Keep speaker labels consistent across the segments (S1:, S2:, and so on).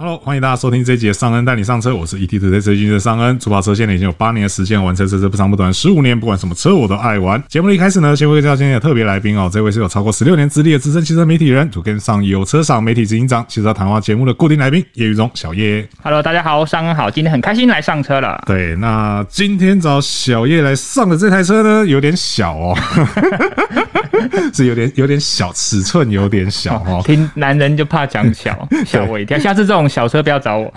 S1: 喽，欢迎大家收听这一集的尚恩带你上车，我是 E ETtoday 最近的尚恩。主跑车现在已经有八年的时间玩车，车车不长不短，十五年，不管什么车我都爱玩。节目的一开始呢，先会介绍今天的特别来宾哦，这位是有超过十六年资历的资深汽车媒体人，主跟上有车赏媒体执行长，汽车谈话节目的固定来宾叶宇中小叶。
S2: Hello，大家好，上恩好，今天很开心来上车了。
S1: 对，那今天找小叶来上的这台车呢，有点小哦， 是有点有点小，尺寸有点小哦。
S2: 听男人就怕讲 小，吓我一跳。下次这种小车不要找我，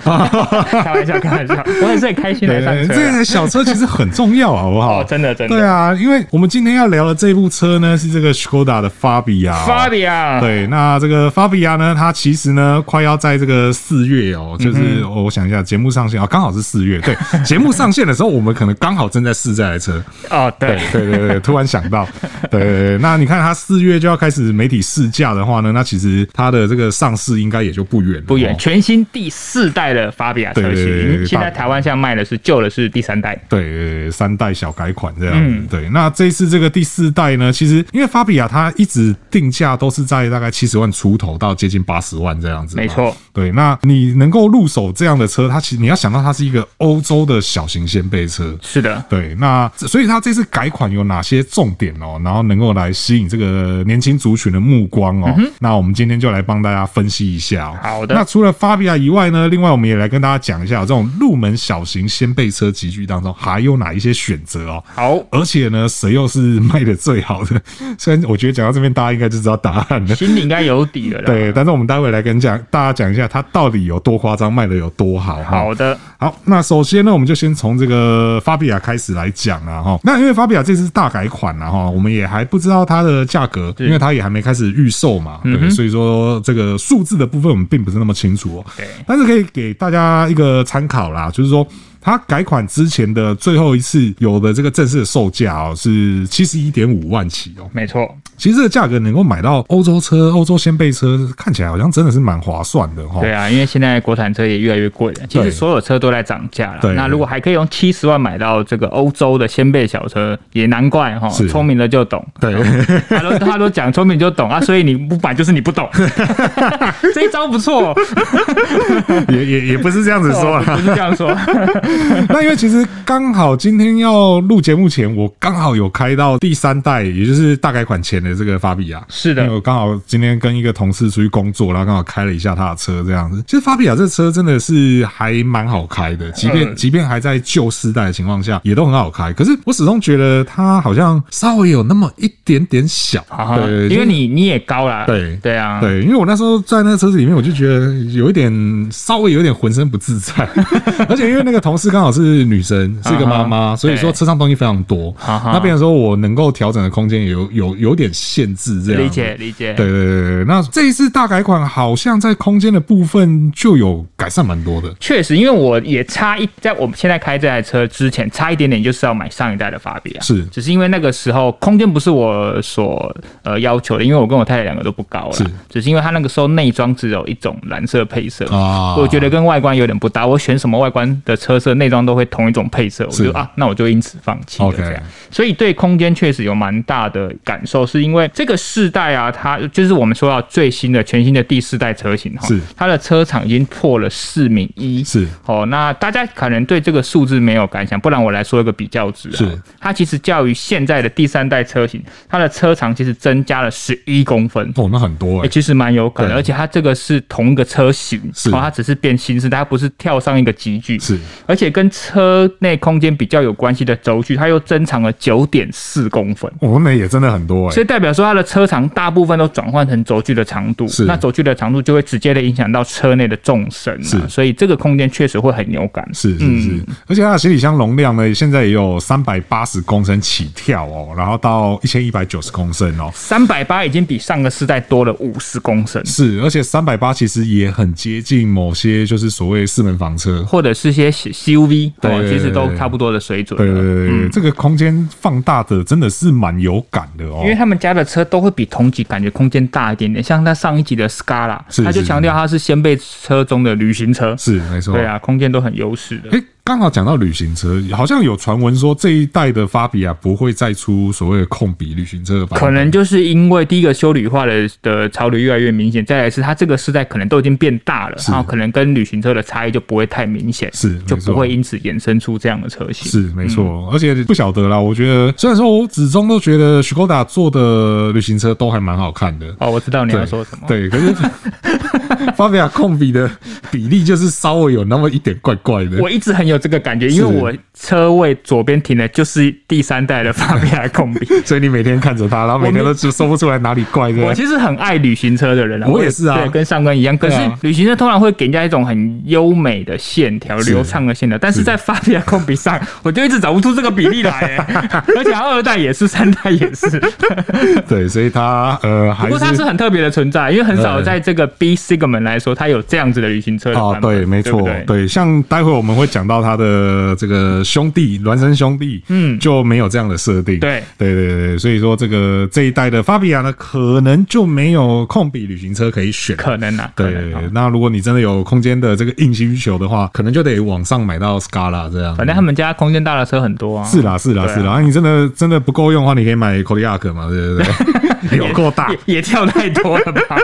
S2: 开玩笑，开玩笑，我也是很开心来上
S1: 对，
S2: 车
S1: 这
S2: 啊。
S1: 台小车其实很重要，好不好？
S2: 哦，真的真
S1: 对
S2: 的。
S1: 啊，因为我们今天要聊的这部车呢是这个 Skoda 的 Fabia 哦、
S2: 法比亚，
S1: 对，那这个 Fabia 呢，它其实呢快要在这个四月哦，
S2: 嗯
S1: 就是、哦我想一下，节目上线啊，刚好是四月。 对，节目上线的时候，我们可能刚好正在试这台车。
S2: 哦，对，
S1: 对对对对，突然想到，对对对，那你看它四月就要开始媒体试驾的话呢，那其实它的这个上市应该也就不远了哦
S2: 不远，全新第四代的法比亚车
S1: 对对对对
S2: 型，现在
S1: 法
S2: 台湾现在卖的是旧的是第三代，
S1: 对，三代小改款这样子。
S2: 嗯
S1: 对，那这一次这个第四代呢，其实因为法比亚它一直定价都是在大概七十万出头到接近八十万这样子嘛。
S2: 没错
S1: 对，那你能够入手这样的车，它其实你要想到它是一个欧洲的小型掀背车。
S2: 是的，
S1: 对，那所以它这次改款有哪些重点哦？然后能够来吸引这个年轻族群的目光哦。那我们今天就来帮大家分析一下、哦。
S2: 嗯好的
S1: 那除了法比亚以外呢，另外我们也来跟大家讲一下、哦、这种入门小型掀背车集聚当中还有哪一些选择哦。
S2: 好。
S1: 而且呢，谁又是卖的最好的？ 虽然我觉得讲到这边，大家应该就知道答案了。
S2: 心里应该有底了啦。
S1: 对，但是我们待会来跟讲大家讲一下，它到底有多夸张，卖的有多好。
S2: 好的，
S1: 好，那首先呢，我们就先从这个法比亚开始来讲啊哈。那因为法比亚这次是大改款啊哈，我们也还不知道它的价格，因为它也还没开始预售嘛，对，所以说这个数字的部分我们并不是那么清楚哦。
S2: 对
S1: 但是可以给大家一个参考啦，就是说。它改款之前的最后一次有的这个正式的售价哦是七十一点五万起哦，
S2: 没错，
S1: 其实这个价格能够买到欧洲车、欧洲掀背车，看起来好像真的是蛮划算的哈。
S2: 对啊，因为现在国产车也越来越贵了，其
S1: 对
S2: 实所有车都在涨价了
S1: 对。
S2: 那如果还可以用七十万买到这个欧洲的掀背小车，也难怪哈
S1: 是，
S2: 聪明的就懂。
S1: 对
S2: 他都他都讲聪明就懂啊，所以你不买就是你不懂，这一招不错， 哦
S1: 也也也不是啊这样子说
S2: 不
S1: 啦。
S2: 是这样说，
S1: 那因为其实刚好今天要录节目前，我刚好有开到第三代，也就是大改款前的这个法比亚。
S2: 是
S1: 因为
S2: 的，
S1: 我刚好今天跟一个同事出去工作，然后刚好开了一下他的车，这样子。其实法比亚这车真的是还蛮好开的，即便
S2: 嗯
S1: 即便还在旧世代的情况下，也都很好开。可是我始终觉得它好像稍微有那么一点点小，
S2: 啊
S1: 对，就是
S2: 因为你你也高啦，
S1: 对
S2: 对啊，
S1: 对，因为我那时候在那个车子里面，我就觉得有一点稍微有点浑身不自 在，而且因为那个同事刚好是女生，是一个妈妈，所以说车上东西非常多，
S2: 啊哈
S1: 那变成说我能够调整的空间也有有有点限制，这样
S2: 理解。理解，
S1: 对啊对对对对，那这一次大改款好像在空间的部分就有改善蛮多的，
S2: 确实，因为我也差一，在我们现在开这台车之前，差一点点就是要买上一代的法比亚，
S1: 是
S2: 只是因为那个时候空间不是我所呃要求的，因为我跟我太太两个都不高
S1: 是
S2: 了，只是因为它那个时候内装只有一种蓝色配色
S1: 啊
S2: 我觉得跟外观有点不搭，我选什么外观的车色内装都会同一种配色，我
S1: 是
S2: 就啊，那我就因此放弃了
S1: OK
S2: 这样。所以对空间确实有蛮大的感受，是因为这个世代啊，它就是我们说到最新的全新的第四代车型哈，
S1: 是
S2: 它的车长已经破了四米一，
S1: 是
S2: 哦，那大家可能对这个数字没有感想，不然我来说一个比较值、啊，
S1: 是
S2: 它其实较于现在的第三代车型，它的车长其实增加了十一公分。
S1: 哦，那很多
S2: 哎、
S1: 哎、
S2: 其实蛮有可能，
S1: 对
S2: 而且它这个是同一个车型，
S1: 是
S2: 哦，它只是变新式，它不是跳上一个级距，
S1: 是
S2: 而且跟车内空间比较有关系的轴距，它又增长了九点四公分。
S1: 我们也真的很多哎、
S2: 所以代表说，它的车长大部分都转换成轴距的长度
S1: 是，
S2: 那轴距的长度就会直接的影响到车内的纵深、
S1: 是
S2: 啊，所以这个空间确实会很有感。
S1: 是是是，
S2: 嗯
S1: 而且它的行李箱容量呢，现在也有三百八十公升起跳哦，然后到一千一百九十公升哦。
S2: 三百八已经比上个世代多了五十公升，
S1: 是，而且三百八其实也很接近某些就是所谓四门房车。
S2: 或者是些 CUV，
S1: 对
S2: 哦，
S1: 对
S2: 其实都
S1: 对
S2: 差不多的水准
S1: 对对
S2: 了。
S1: 对对，对这个空间放大的真的是蛮有感的哦
S2: 因。为他们家的车都会比同级感觉空间大一点点，像他上一集的 Scala，
S1: 是
S2: 他就是强调它是掀背车中的旅行车，啊
S1: 是没错。
S2: 对。啊，空间都很优势的。
S1: 哎，刚好讲到旅行车，好像有传闻说这一代的法比亚不会再出所谓的控比旅行车的版本，
S2: 可能就是因为第一个修旅化的的潮流越来越明显，再来是它这个时代可能都已经变大了，
S1: 是
S2: 然后可能跟旅行车的差异就不会太明显，
S1: 是没错
S2: 就不会因此衍生出这样的车型。
S1: 是没
S2: 嗯
S1: 错，而且不晓得啦。我觉得虽然说我始终都觉得 Skoda 做的旅行车都还蛮好看的，
S2: 哦，我知道你要
S1: 对
S2: 说什么。
S1: 对，可 是法比亚控比的比例就是稍微有那么一点怪怪的。
S2: 我一直很有这个感觉，因为我车位左边停的就是第三代的法比亚控比。
S1: 所以你每天看着它，然后每天都就说不出来哪里怪的。
S2: 我其实很爱旅行车的人啊，
S1: 我也是啊
S2: 对，跟上官一样。可是
S1: 对啊
S2: 旅行车通常会给人家一种很优美的线条、
S1: 是
S2: 流畅的线条，但是在法比亚控比上， 我就一直找不出这个比例 来、欸而且它二代也是，三代也是。
S1: 对，所以它呃还
S2: 不过它是
S1: 是。
S2: 很特别的存在，因为很少在这个 B Sigma 来说，它有这样子的旅行车的
S1: 哦
S2: 版，本
S1: 对，没错
S2: 不，对
S1: 对，像待会我们会讲到他的这个兄弟孪生兄弟，
S2: 嗯
S1: 就没有这样的设定，
S2: 对
S1: 对对对对，所以说这个这一代的法比亚呢，可能就没有控比旅行车可以选，
S2: 可能啊，可
S1: 对
S2: 能啊。
S1: 那如果你真的有空间的这个硬需求的话，可能就得网上买到 Scala 这样，
S2: 反正他们家空间大的车很多啊，
S1: 是啦是啦
S2: 对啊
S1: 是啦，啊你真的真的不够用的话，你可以买 Kodiak 嘛，对不 对？有够大，
S2: 也也跳太多了吧？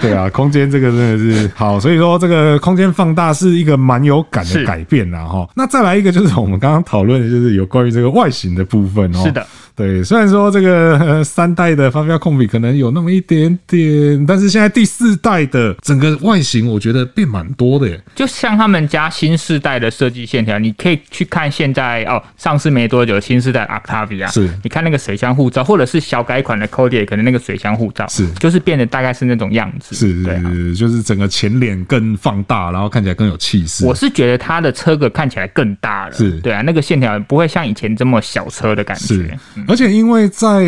S1: 对啊，空间这个真的是好，所以说这个空间放大是一个蛮有感的改变啦哈。那再来一个就是我们刚刚讨论的就是有关于这个外形的部分哦。
S2: 是的，
S1: 对，虽然说这个、呃、三代的发票控比可能有那么一点点，但是现在第四代的整个外形我觉得变蛮多的耶。
S2: 就像他们家新世代的设计线条，你可以去看现在哦，上市没多久新世代 Octavia，
S1: 是
S2: 你看那个水箱护罩，或者是小改款的 Kodiaq，可能那个水箱护罩
S1: 是
S2: 就是变得大概是那种样子，
S1: 是
S2: 对、啊。
S1: 就是整个前脸更放大，然后看起来更有气势。
S2: 我是觉得它的车格看起来更大了，
S1: 是
S2: 对啊，那个线条不会像以前这么小车的感
S1: 是
S2: 觉，，
S1: 而且因为在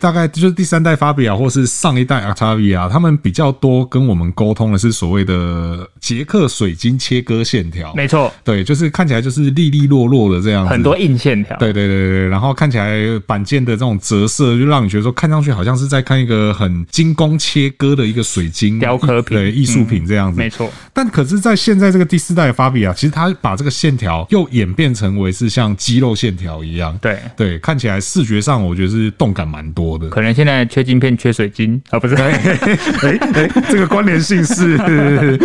S1: 大概就是第三代发表或是上一代 Octavia，他们比较多跟我们沟通的是所谓的捷克水晶切割线条，
S2: 没错，
S1: 对，就是看起来就是利利落落的这样子，
S2: 很多硬线条，
S1: 对对对对，然后看起来板件的这种折射，就让你觉得说，看上去好像是在看一个很精工切割的一个水晶
S2: 雕刻品嗯
S1: 对艺术品这样子。
S2: 没错，
S1: 但可是，在现在这个第四代的法比亚，其实它把这个线条又演变成为是像肌肉线条一样。
S2: 对。
S1: 对，看起来视觉上我觉得是动感蛮多的。
S2: 可能现在缺晶片、缺水晶啊，不是？
S1: 哎哎， 这个关联性是，嗯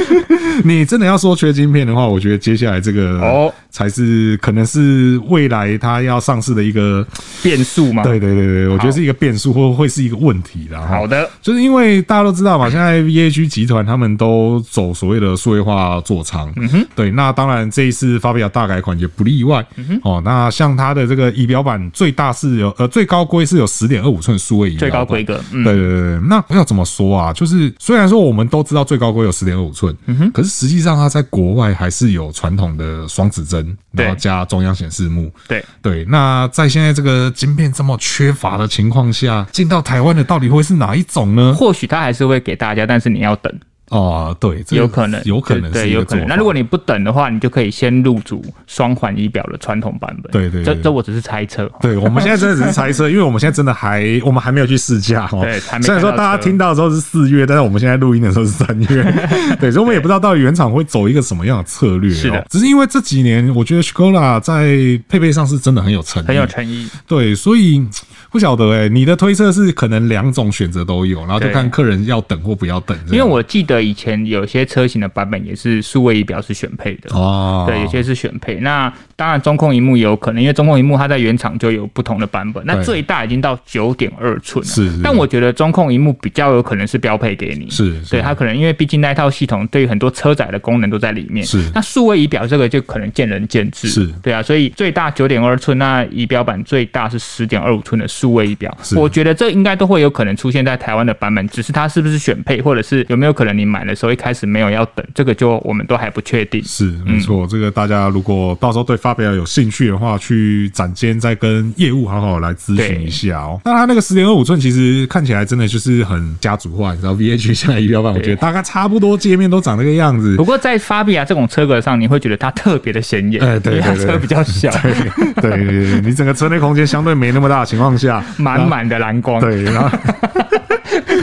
S1: 你真的要说缺晶片的话，我觉得接下来这个
S2: 哦
S1: 才是可能是未来它要上市的一个
S2: 变速嘛。
S1: 对对对对，我觉得是一个变数，或会是一个问题啦。
S2: 好
S1: 哈，
S2: 的，
S1: 就是因为大家都知道嘛，现在 VAG 集团他们都走所谓的数位化座舱，嗯哼，对。那当然这一次发表大改款也不例外，嗯哼。哦，那像它的这个仪表板最大是有呃最高规是有十点二五寸数位仪表
S2: 最
S1: 板，
S2: 高规格，嗯，
S1: 对对对对，那要怎么说啊？就是虽然说我们都知道最高规有十点二五寸，
S2: 嗯
S1: 可是实际上它在国外还是有传统的双指针，然后
S2: 对
S1: 加中央显示幕。
S2: 对，
S1: 对，那在现在这个晶片这么缺乏的情况下，进到台湾的到底会是哪一种呢？
S2: 或许它还是会给大家，但是你要等，
S1: 哦，对，这个
S2: 有可能，
S1: 有可能是
S2: 对，
S1: 一
S2: 有
S1: 个
S2: 可
S1: 做法，
S2: 能。那如果你不等的话，你就可以先入主双环仪表的传统版本。
S1: 对对对
S2: 这
S1: 对嗯
S2: 这我只是猜测。
S1: 对，我们现在真的只是猜测，因为我们现在真的还 我们还没有去试驾哦。
S2: 对还没
S1: 虽然说
S2: 看到
S1: 大家
S2: 车
S1: 听到的时候是四月，但是我们现在录音的时候是三月， 对，所以我们也不知道到底原厂会走一个什么样的策略、哦。
S2: 是的
S1: 只是因为这几年我觉得 Skoda 在配备上是真的很有诚意，
S2: 很有诚意，
S1: 对，所以嗯不晓得哎、你的推测是可能两种选择都有，然后就
S2: 对
S1: 看客人要等或不要等这样。
S2: 因为我记得以前有些车型的版本也是数位仪表是选配的，
S1: 哦，
S2: 对，有些是选配。那当然，中控荧幕也有可能，因为中控荧幕它在原厂就有不同的版本。那
S1: 对
S2: 最大已经到九点二寸了，
S1: 是是
S2: 但我觉得中控荧幕比较有可能是标配给你，
S1: 是是
S2: 对它可能因为毕竟那一套系统对于很多车载的功能都在里面。
S1: 是
S2: 那数位仪表这个就可能见仁见智，
S1: 是
S2: 对啊。所以最大九点二寸，那仪表板最大是十点二五寸的数位仪表
S1: 是，
S2: 我觉得这应该都会有可能出现在台湾的版本，只是它是不是选配，或者是有没有可能你买的时候一开始没有要等，这个就我们都还不确定。
S1: 是没错，这个大家如果到时候对发表有兴趣的话，去展间再跟业务好好来咨询一下哦。那它那个十点二五寸其实看起来真的就是很家族化，你知道 VH 现在仪表板，我觉得大概差不多界面都长那个样子
S2: 不。过在发比亚这种车格上，你会觉得它特别的显眼，
S1: 哎对
S2: 因为它
S1: 对对
S2: 车比较小，
S1: 对对对，对你整个车内空间相对没那么大的情况下，
S2: 满满的蓝光，
S1: 对，然后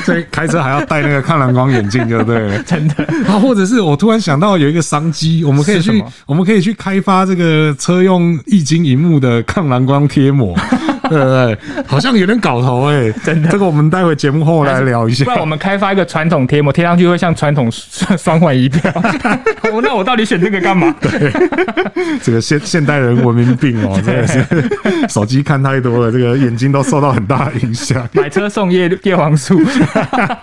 S1: 所以开车还要戴那个抗蓝光眼镜，就对了。
S2: 真的，
S1: 啊，或者是我突然想到有一个商机，我们可以
S2: 是什
S1: 去
S2: 么，
S1: 我们可以去开发这个车用液晶荧幕的抗蓝光贴膜，对不对？好像有点搞头哎、
S2: 真的
S1: 这个我们待会节目 后来聊一下
S2: 不。然我们开发一个传统贴膜，贴上去会像传统双双换 仪表。我那我到底选这个干嘛？
S1: 这个现现代人文明病 哦，真的是手机看太多了，这个眼睛都受到很大的影响。
S2: 买车送叶叶黄素，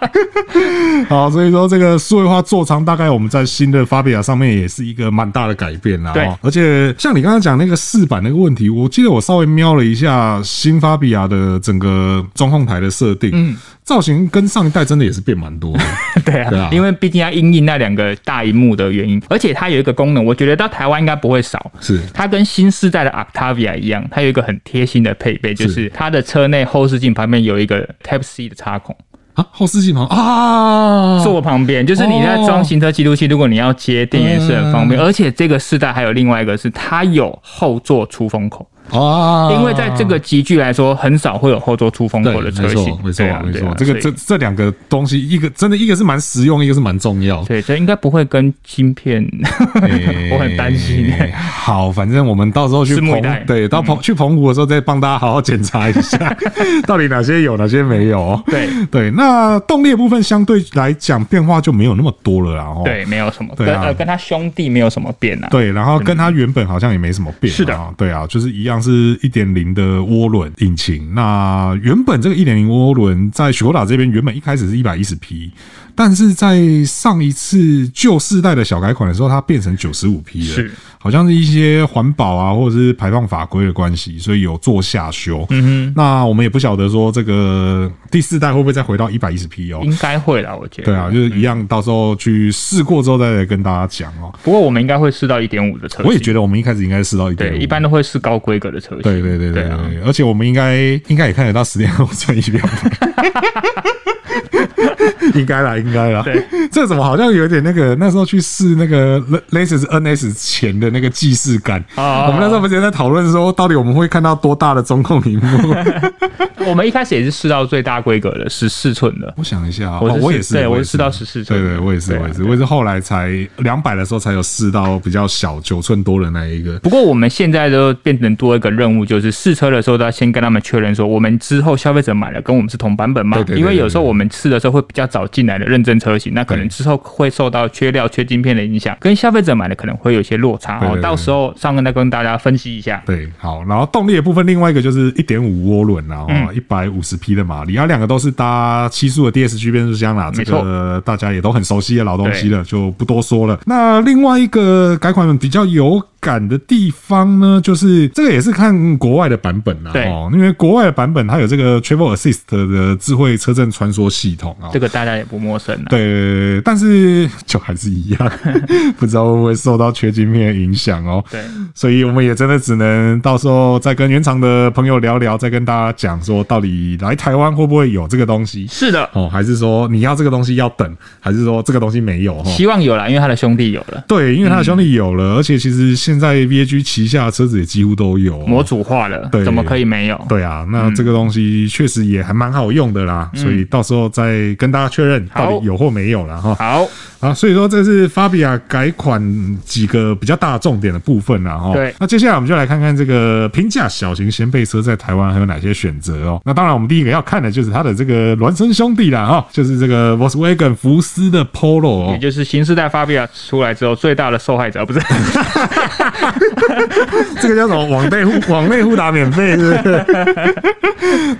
S1: 好，所以说这个数位化座舱，大概我们在新的发表上面也是一个蛮大的改变啦。
S2: 对
S1: 哦，而且像你刚刚讲那个饰板那个问题，我记得我稍微瞄了一下新发比亚的整个中控台的设定，嗯，造型跟上一代真的也是变蛮 多的。
S2: 对啊，
S1: 对啊
S2: 因为毕竟要因应那两个大荧幕的原因，而且它有一个功能，我觉得到台湾应该不会少。
S1: 是
S2: 它跟新世代的 Octavia 一样，它有一个很贴心的配备，就是它的车内后视镜旁边有一个 Type C 的插孔，
S1: 啊，后视镜旁啊，
S2: 坐旁边，就是你在装行车记录器，如果你要接电源是很方便。而且这个世代还有另外一个是它有后座出风口，
S1: 啊，
S2: 因为在这个集聚来说，很少会有后座出风
S1: 对。
S2: 口的
S1: 没
S2: 车
S1: 错
S2: 型，，
S1: 没
S2: 对
S1: 错
S2: 啊，
S1: 没
S2: 对
S1: 错
S2: 啊，
S1: 这个
S2: 所以
S1: 这这两个东西，一个真的一个是蛮实用，一个是蛮重要。
S2: 对，这应该不会跟芯 片， 我很担心。
S1: 欸好，反正我们到时候去
S2: 拭目以
S1: 澎
S2: 待嗯
S1: 对，到澎、去澎湖的时候再帮大家好好检查一下， 到底哪些有，哪些没有。
S2: 对
S1: 对，那动力的部分相对来讲变化就没有那么多了啦。哦，
S2: 对，没有什么，
S1: 对
S2: 跟
S1: 啊
S2: 呃跟他兄弟没有什么变啊。
S1: 对，然后跟它原本好像也没什么变、啊。
S2: 是的，
S1: 对啊，就是一样是一点零的涡轮引擎。那原本这个一点零涡轮在雪佛达这边原本一开始是一百一十匹，但是在上一次旧世代的小改款的时候，它变成九十五匹了。
S2: 是，
S1: 好像是一些环保啊或者是排放法规的关系，所以有做下修。
S2: 嗯
S1: 那我们也不晓得说这个第四代会不会再回到一百一十匹哦
S2: 哼，。应该会啦，我觉得。
S1: 对啊，就是一样，到时候去试过之后再来跟大家讲哦。
S2: 不过我们应该会试到一点五的车型，
S1: 我也觉得我们一开始应该试到一点
S2: 对，一般都会试高规格的车型。
S1: 对对对对
S2: 对啊，
S1: 对，而且我们应该应该也看得到十点五寸仪 表板，应该啦，应该啦。
S2: 对，
S1: 这怎么好像有点那个那时候去试那个 Laces NS 前的那个既视感？
S2: 啊
S1: 我们那时候不是也在讨论说，到底我们会看到多大的中控屏幕？
S2: 我们一开始也是试到最大规格的十四寸的，
S1: 我想一下，
S2: 我
S1: 哦
S2: 是
S1: 我
S2: 试
S1: 也是，
S2: 对我
S1: 也
S2: 是试到14寸
S1: 对对，我也是，
S2: 对啊
S1: 我也是，我也是后来才两百的时候才有试到比较小九寸多的那一个。
S2: 不过我们现在都变成多一个任务，就是试车的时候都要先跟他们确认说，我们之后消费者买了跟我们是同版本吗？
S1: 对对对
S2: 因为有时候我们试的时候会比较早进来的认证车型，那可能之后会受到缺料、缺晶片的影响，跟消费者买的可能会有一些落差
S1: 对对
S2: 哦
S1: 对。
S2: 到时候上恩再跟大家分析一下。
S1: 对，好，然后动力的部分，另外一个就是一点五涡轮啦，
S2: 嗯
S1: 哦，一百五十匹的马力，然后啊两个都是搭七速的 DSG 变速箱啦，这
S2: 没错
S1: 个大家也都很熟悉的老东西了，就不多说了。那另外一个改款比较有感的地方呢，就是这个也是看国外的版本啦，
S2: 对
S1: 哦，因为国外的版本它有这个 Travel Assist 的智慧车阵穿梭系统啊、
S2: 这个大家也不陌生了、
S1: 对，但是就还是一样， 不知道会不会受到缺晶片的影响哦。
S2: 对，
S1: 所以我们也真的只能到时候再跟原厂的朋友聊聊，再跟大家讲说到底来台湾会不会有这个东西
S2: 是的，
S1: 哦，还是说你要这个东西要等，还是说这个东西没有？哦？
S2: 希望有啦，因为他的兄弟有了。
S1: 对，因为他的兄弟有了，而且其实现在 VAG 旗下的车子也几乎都有、
S2: 模组化了
S1: 对，
S2: 怎么可以没有？
S1: 对啊，那这个东西确实也还蛮好用的啦，所以到时候再跟大家确认到
S2: 好
S1: 底有或没有了哈。
S2: 好，
S1: 啊，所以说这是法比亚改款几个比较大的重点的部分啦，哈。
S2: 对
S1: 那接下来我们就来看看这个平价小型掀背车在台湾还有哪些选择哦。那当然，我们第一个要看的就是它的这个孪生兄弟啦，哈，就是这个 Volkswagen 福斯的 Polo 哦
S2: 也。就是新时代发表出来之后最大的受害者，不是？
S1: 这个叫什么？网内互 网内互打免费是不是？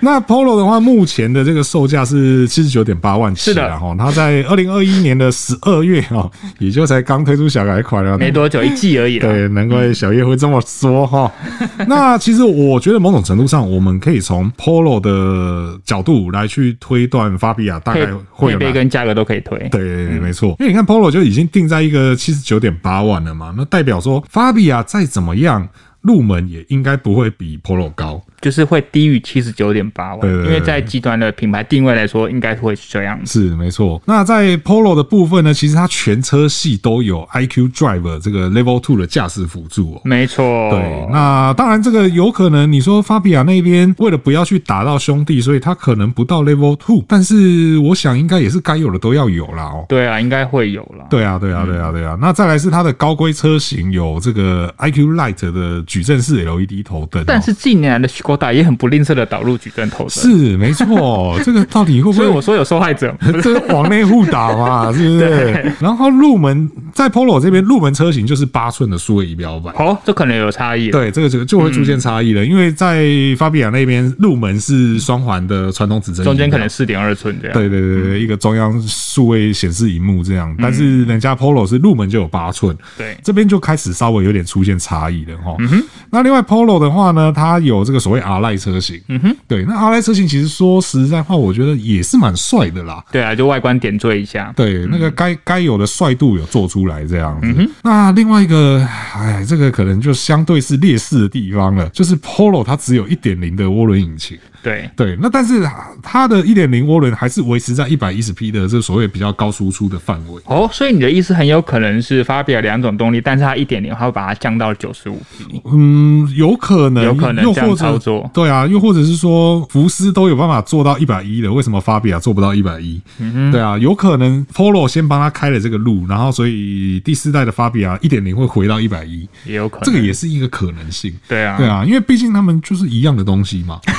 S1: 那 Polo 的话，目前的这个售价是七十九点八万起
S2: 是的
S1: 然后它在二零二一年的十二月哦，也就才刚推出小改款啊，
S2: 没多久一季而已啦。
S1: 对，难怪小叶会这么说哈。啊 那其实我觉得某种程度上，我们可以从 Polo 的角度来去推断法比亚大
S2: 配
S1: 概会
S2: 配
S1: 有
S2: 备
S1: 哪。
S2: 跟价格都可以推。
S1: 对对对，没错，因为你看 Polo 就已经定在一个七十九点八万了嘛，那代表说法比亚再怎么样入门也应该不会比 Polo 高。
S2: 就是会低于七十九点八万，
S1: 对对对
S2: 因为在极端的品牌定位来说，应该会是这样子。
S1: 是没错。那在 Polo 的部分呢，其实它全车系都有 IQ Drive 这个 Level Two 的驾驶辅助哦。
S2: 没错，
S1: 对，那当然，这个有可能你说法比亚那边为了不要去打到兄弟，所以他可能不到 Level Two，但是我想应该也是该有的都要有啦哦。
S2: 对啊，应该会有啦。
S1: 对啊，对啊，对啊，
S2: 嗯
S1: 对啊。那再来是它的高规车型有这个 IQ Light 的矩阵式 LED 头灯哦、
S2: 但是近年来的 Skoda 也很不吝啬的导入矩阵头灯，
S1: 是没 错，这个到底会不
S2: 所以
S1: 会
S2: 我说有受害者嘛。
S1: 这是往内互打嘛，是不是？然后入门在 Polo 这边入门车型就是八寸的数位仪表板。
S2: 好，这可能有差异。
S1: 对，这个就就会
S2: 嗯
S1: 出现差异了，因为在法比亚那边入门是双环的传统指针仪表，
S2: 中间可能嗯四点二寸这样。
S1: 对对对对，一个中央数位显示荧幕这样，但是人家 Polo 是入门就有八寸，
S2: 嗯对嗯
S1: 这边就开始稍微有点出现差异了哈。那另外 Polo 的话呢，它有这个所谓 R 赖车型，嗯哼，对，那 R 赖车型其实说实在话，我觉得也是蛮帅的啦。
S2: 对啊，就外观点缀一下。
S1: 对，那个
S2: 嗯
S1: 该该有的帅度有做出来这样子。那另外一个，哎，这个可能就相对是劣势的地方了，就是 Polo 它只有1.0的涡轮引擎。
S2: 对，
S1: 对，那但是它的1.0涡轮还是维持在1 1 0匹的这所谓比较高输出的范围。
S2: 哦，所以你的意思很有可能是发表两种动力，但是它一点零，它会把它降到九十五匹。
S1: 嗯，有可能，
S2: 有可能
S1: 又
S2: 这样
S1: 或
S2: 操
S1: 者
S2: 作
S1: 对啊，又或者是说福斯都有办法做到一百一的，为什么法比亚做不到一百一？
S2: 嗯
S1: 对啊，有可能 Polo 先帮他开了这个路，然后所以第四代的法比亚一点零会回到一百一，
S2: 也有可能。
S1: 这个也是一个可能性。
S2: 对啊，
S1: 对啊，因为毕竟他们就是一样的东西嘛。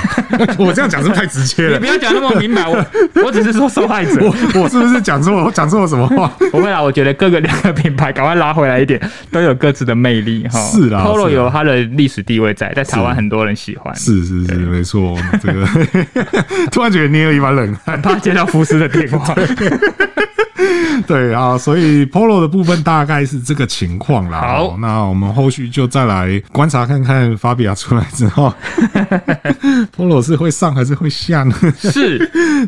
S1: 我这样讲是不是太直接
S2: 你
S1: 了
S2: 不，要讲那么明白，我我只是说受害者。
S1: 我我是不是讲错？我讲错了什么话？
S2: 不会啦，我觉得各个两个品牌赶快拉回 来一点，都有各自的魅力哈。
S1: 是啦
S2: ，Polo
S1: 是啦
S2: 有它的历史地位在，在台湾很多人喜欢，
S1: 是是是，没错，这个 突然觉得捏了一把冷汗。
S2: 很怕接到福斯的 电话。
S1: 对啊，所以 Polo 的部分大概是这个情况啦。
S2: 好
S1: 哦那我们后续就再来观察看看，法比亚出来之后，Polo 是会上还是会下呢？
S2: 是，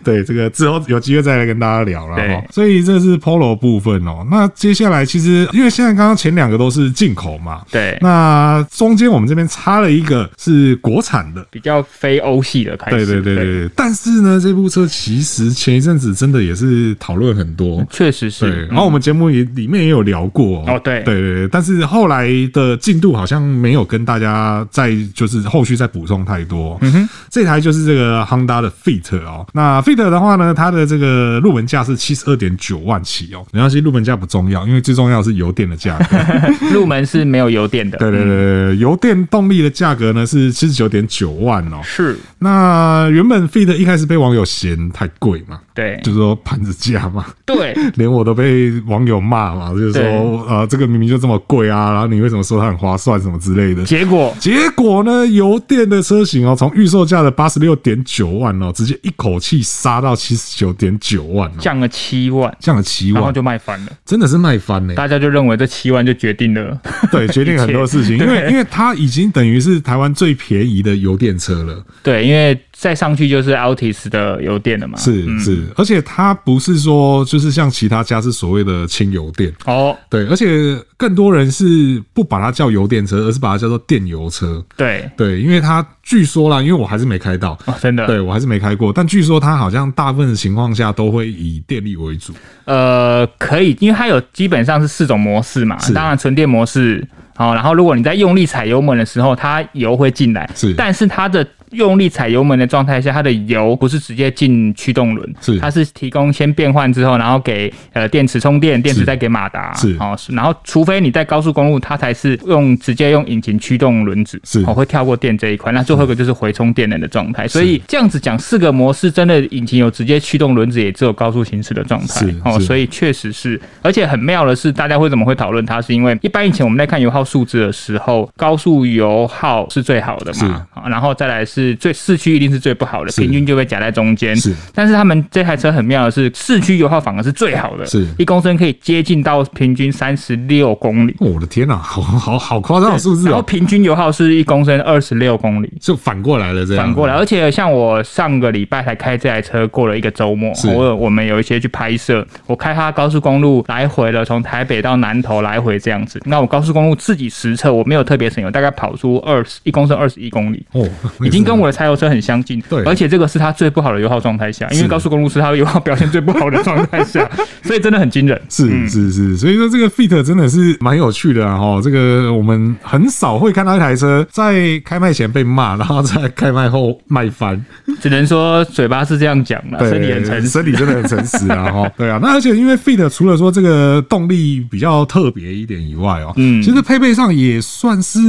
S1: 对，这个之后有机会再来跟大家聊啦。
S2: 对
S1: 哦所以这是 Polo 部分哦。那接下来其实因为现在刚刚前两个都是进口嘛，
S2: 对，
S1: 那中间我们这边插了一个是国产的。
S2: 比较非欧系的开
S1: 对
S2: 始。
S1: 对对对，对但是呢，这部车其实前一阵子真的也是讨论很多，
S2: 确实
S1: 对，
S2: 是。
S1: 然后我们节目也里面也有聊过
S2: 哦对
S1: 对对对，但是后来的进度好像没有跟大家再就是后续再补充太多。嗯哼，这台就是这个 Honda 的 Fit 哦，那 Fit 的话呢，它的这个入门价是七十二点九万起哦，没关系，入门价不重要，因为最重要的是油电的价 格。
S2: 入门是没有油电的。
S1: 对对对对，对油电动力的价格呢是七十九点九万哦。
S2: 是，
S1: 那原本 Fit 一开始被网友嫌太贵嘛，
S2: 对
S1: 就是说盘子价嘛。
S2: 对，
S1: 连我都被网友骂嘛，就是说
S2: 对
S1: 呃，这个明明就这么贵啊，然后你为什么说它很划算什么之类 的。
S2: 结果
S1: 结果呢，油电的车型哦，从预售价的八十六点九万哦，直接一口气杀到七十九点九万哦，
S2: 降了七万，
S1: 降了七
S2: 然后
S1: 万，
S2: 就卖翻了，
S1: 真的是卖翻呢、
S2: 大家就认为这七万就决定了。
S1: 对，决定很多事情，因为
S2: 对
S1: 因为它已经等于是台湾最便宜的油电车了。
S2: 对，因为再上去就是 Altis 的油电了嘛。
S1: 是是，而且它不是说就是像其他家是所谓的轻油电，
S2: 哦，
S1: 对，而且更多人是不把它叫油电车，而是把它叫做电油车。
S2: 对，
S1: 对，因为它据说啦，因为我还是没开到，
S2: 哦，真的，
S1: 对我还是没开过，但据说它好像大部分的情况下都会以电力为主。
S2: 呃，可以，因为它有基本上是四种模式嘛
S1: 是，
S2: 当然纯电模式。好、然后如果你在用力踩油门的时候，它油会进来，
S1: 是
S2: 但是它的用力踩油门的状态下，它的油不是直接进驱动轮，
S1: 是
S2: 它是提供先变换之后，然后给呃电池充电，电池
S1: 是
S2: 再给马达，
S1: 是
S2: 哦，是然后除非你在高速公路，它才是用直接用引擎驱动轮子，
S1: 是
S2: 哦，会跳过电这一块。那最后一个就是回充电能的状态，所以这样子讲，四个模式真的引擎有直接驱动轮子，也只有高速行驶的状态。
S1: 是
S2: 哦，
S1: 是
S2: 所以确实是，而且很妙的是，大家会怎么会讨论它？是因为一般以前我们在看油耗数字的时候，高速油耗是最好的
S1: 是
S2: 嘛，啊然后再来是最市区一定是最不好的，
S1: 是
S2: 平均就会夹在中间。
S1: 是
S2: 但是他们这台车很妙的是，市区油耗反而是最好的，
S1: 是
S2: 一公升可以接近到平均三十六公里。
S1: 哦我的天哪、 好好好夸张的数字
S2: 然后
S1: 哦！
S2: 平均油耗是一公升二十六公里，
S1: 就反过来了，这样
S2: 反过来，，而且像我上个礼拜才开这台车，过了一个周末
S1: 是，
S2: 我有我们有一些去拍摄，我开它高速公路来回了，从台北到南投来回这样子。那我高速公路自己实测，我没有特别省油，大概跑出二十一公升二十一公里，
S1: 哦，
S2: 已经跟跟我的柴油车很相近，
S1: 对
S2: 而且这个是它最不好的油耗状态下，因
S1: 是
S2: 为高速公路是它油耗表现最不好的状态 下，所以真的很惊人。
S1: 是是是，所以说这个 Fit 真的是蛮有趣的啊！哈，这个我们很少会看到一台车在开卖前被骂，然后在开卖后卖翻。
S2: 只能说嘴巴是这样讲了，
S1: 对，
S2: 啊身体很诚实。
S1: 身体真的很诚实啊！哈， 对啊，那而且因为 Fit 除了说这个动力比较特别一点以外哦，
S2: 嗯
S1: 其实配备上也算是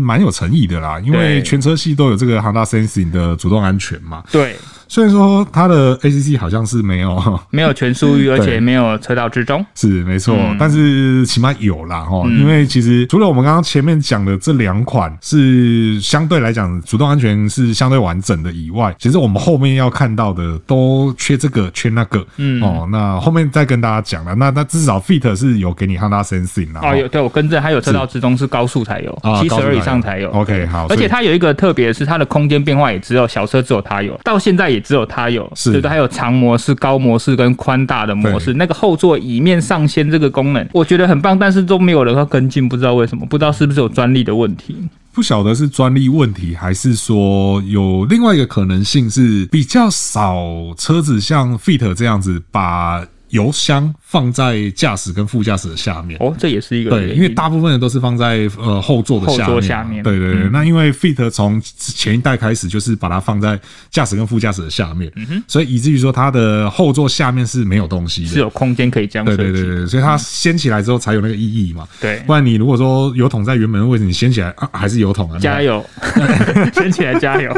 S1: 蛮有诚意的啦，因为
S2: 对
S1: 全车系都有这个 Honda Sensing 的主动安全嘛。
S2: 对，
S1: 虽然说它的 ACC 好像是没有，
S2: 没有全速域，而
S1: 对
S2: 且没有车道之中。
S1: 是没错，但是起码有啦哈，
S2: 嗯
S1: 因为其实除了我们刚刚前面讲的这两款是相对来讲主动安全是相对完整的以外，其实我们后面要看到的都缺这个缺那个，嗯哦，那后面再跟大家讲了，那那至少 Fit 是有给你 Honda Sensing 啦，
S2: 哦，有
S1: 齁
S2: 对我更正，它有车道之中是高速才有
S1: 啊，
S2: 七
S1: 高
S2: 十
S1: 速
S2: 二以上才有。
S1: OK 好，
S2: 而
S1: 所以
S2: 且它有一个特别的是，它的空间变化也只有小车只有它有，到现在也只有它有，
S1: 是
S2: 对不对？还有长模式、高模式跟宽大的模式，那个后座椅面上掀这个功能，我觉得很棒，但是都没有人要跟进，不知道为什么，不知道是不是有专利的问题。
S1: 不晓得是专利问题，还是说有另外一个可能性是比较少车子像 Fit 这样子把油箱放在驾驶跟副驾驶的下面。
S2: 哦，这也是一个
S1: 对，
S2: 原
S1: 因为大部分人都是放在呃后座的下面嘛，
S2: 后座下面嗯
S1: 对对对，那因为 Fit 从前一代开始就是把它放在驾驶跟副驾驶的下面，
S2: 嗯
S1: 所以以至于说它的后座下面是没有东西的，
S2: 是有哦空间可以这样
S1: 对
S2: 设计。
S1: 对对对，所以
S2: 嗯
S1: 它掀起来之后才有那个意义嘛。
S2: 对
S1: 不然你如果说油桶在原本的位置，你掀起来啊还是油桶啊，
S2: 加油， 先起来加油。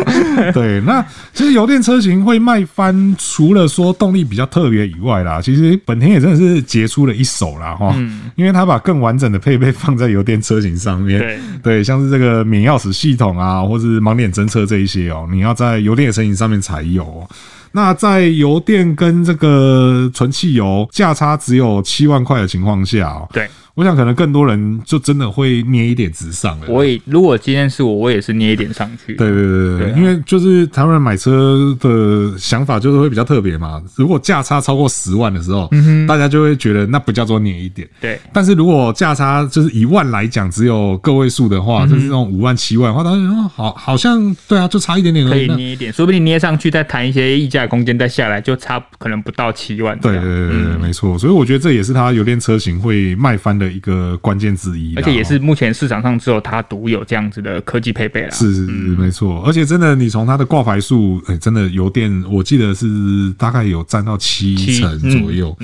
S1: 对，那其实油电车型会卖翻，除了说动力比较特别以外啦，其实本田也真的是杰出了一手啦哈，
S2: 嗯
S1: 因为它把更完整的配备放在油电车型上面。
S2: 对
S1: 像是这个免钥匙系统啊，或是盲点侦测这一些哦、你要在油电车型上面才有、哦。那在油电跟这个纯汽油价差只有七万块的情况下哦、
S2: 对，
S1: 我想可能更多人就真的会捏一点直上了啦。
S2: 我也如果今天是我，我也是捏一点上去。
S1: 对对对对，
S2: 对啊
S1: 因为就是台湾人买车的想法就是会比较特别嘛。如果价差超过十万的时候，
S2: 嗯
S1: 大家就会觉得那不叫做碾一点。
S2: 对
S1: 但是如果价差就是一万来讲只有个位数的话，
S2: 嗯
S1: 就是这种五万七万的话，大家觉得哦，好，好像对啊，就差一点点而
S2: 可
S1: 已。
S2: 以
S1: 那
S2: 捏一点，说不定捏上去再谈一些溢价空间，再下来就差可能不到七万这
S1: 对
S2: 样。
S1: 对对对
S2: 嗯
S1: 对，没错。所以我觉得这也是它油电车型会卖翻的一个关键之一啦，
S2: 而且也
S1: 哦
S2: 是目前市场上只有它独有这样子的科技配备啦。
S1: 是是是，
S2: 嗯
S1: 没错。而且真的，你从它的挂牌数，哎、真的油电，我记得是大概有占到七
S2: 七
S1: 成
S2: 嗯
S1: 左右。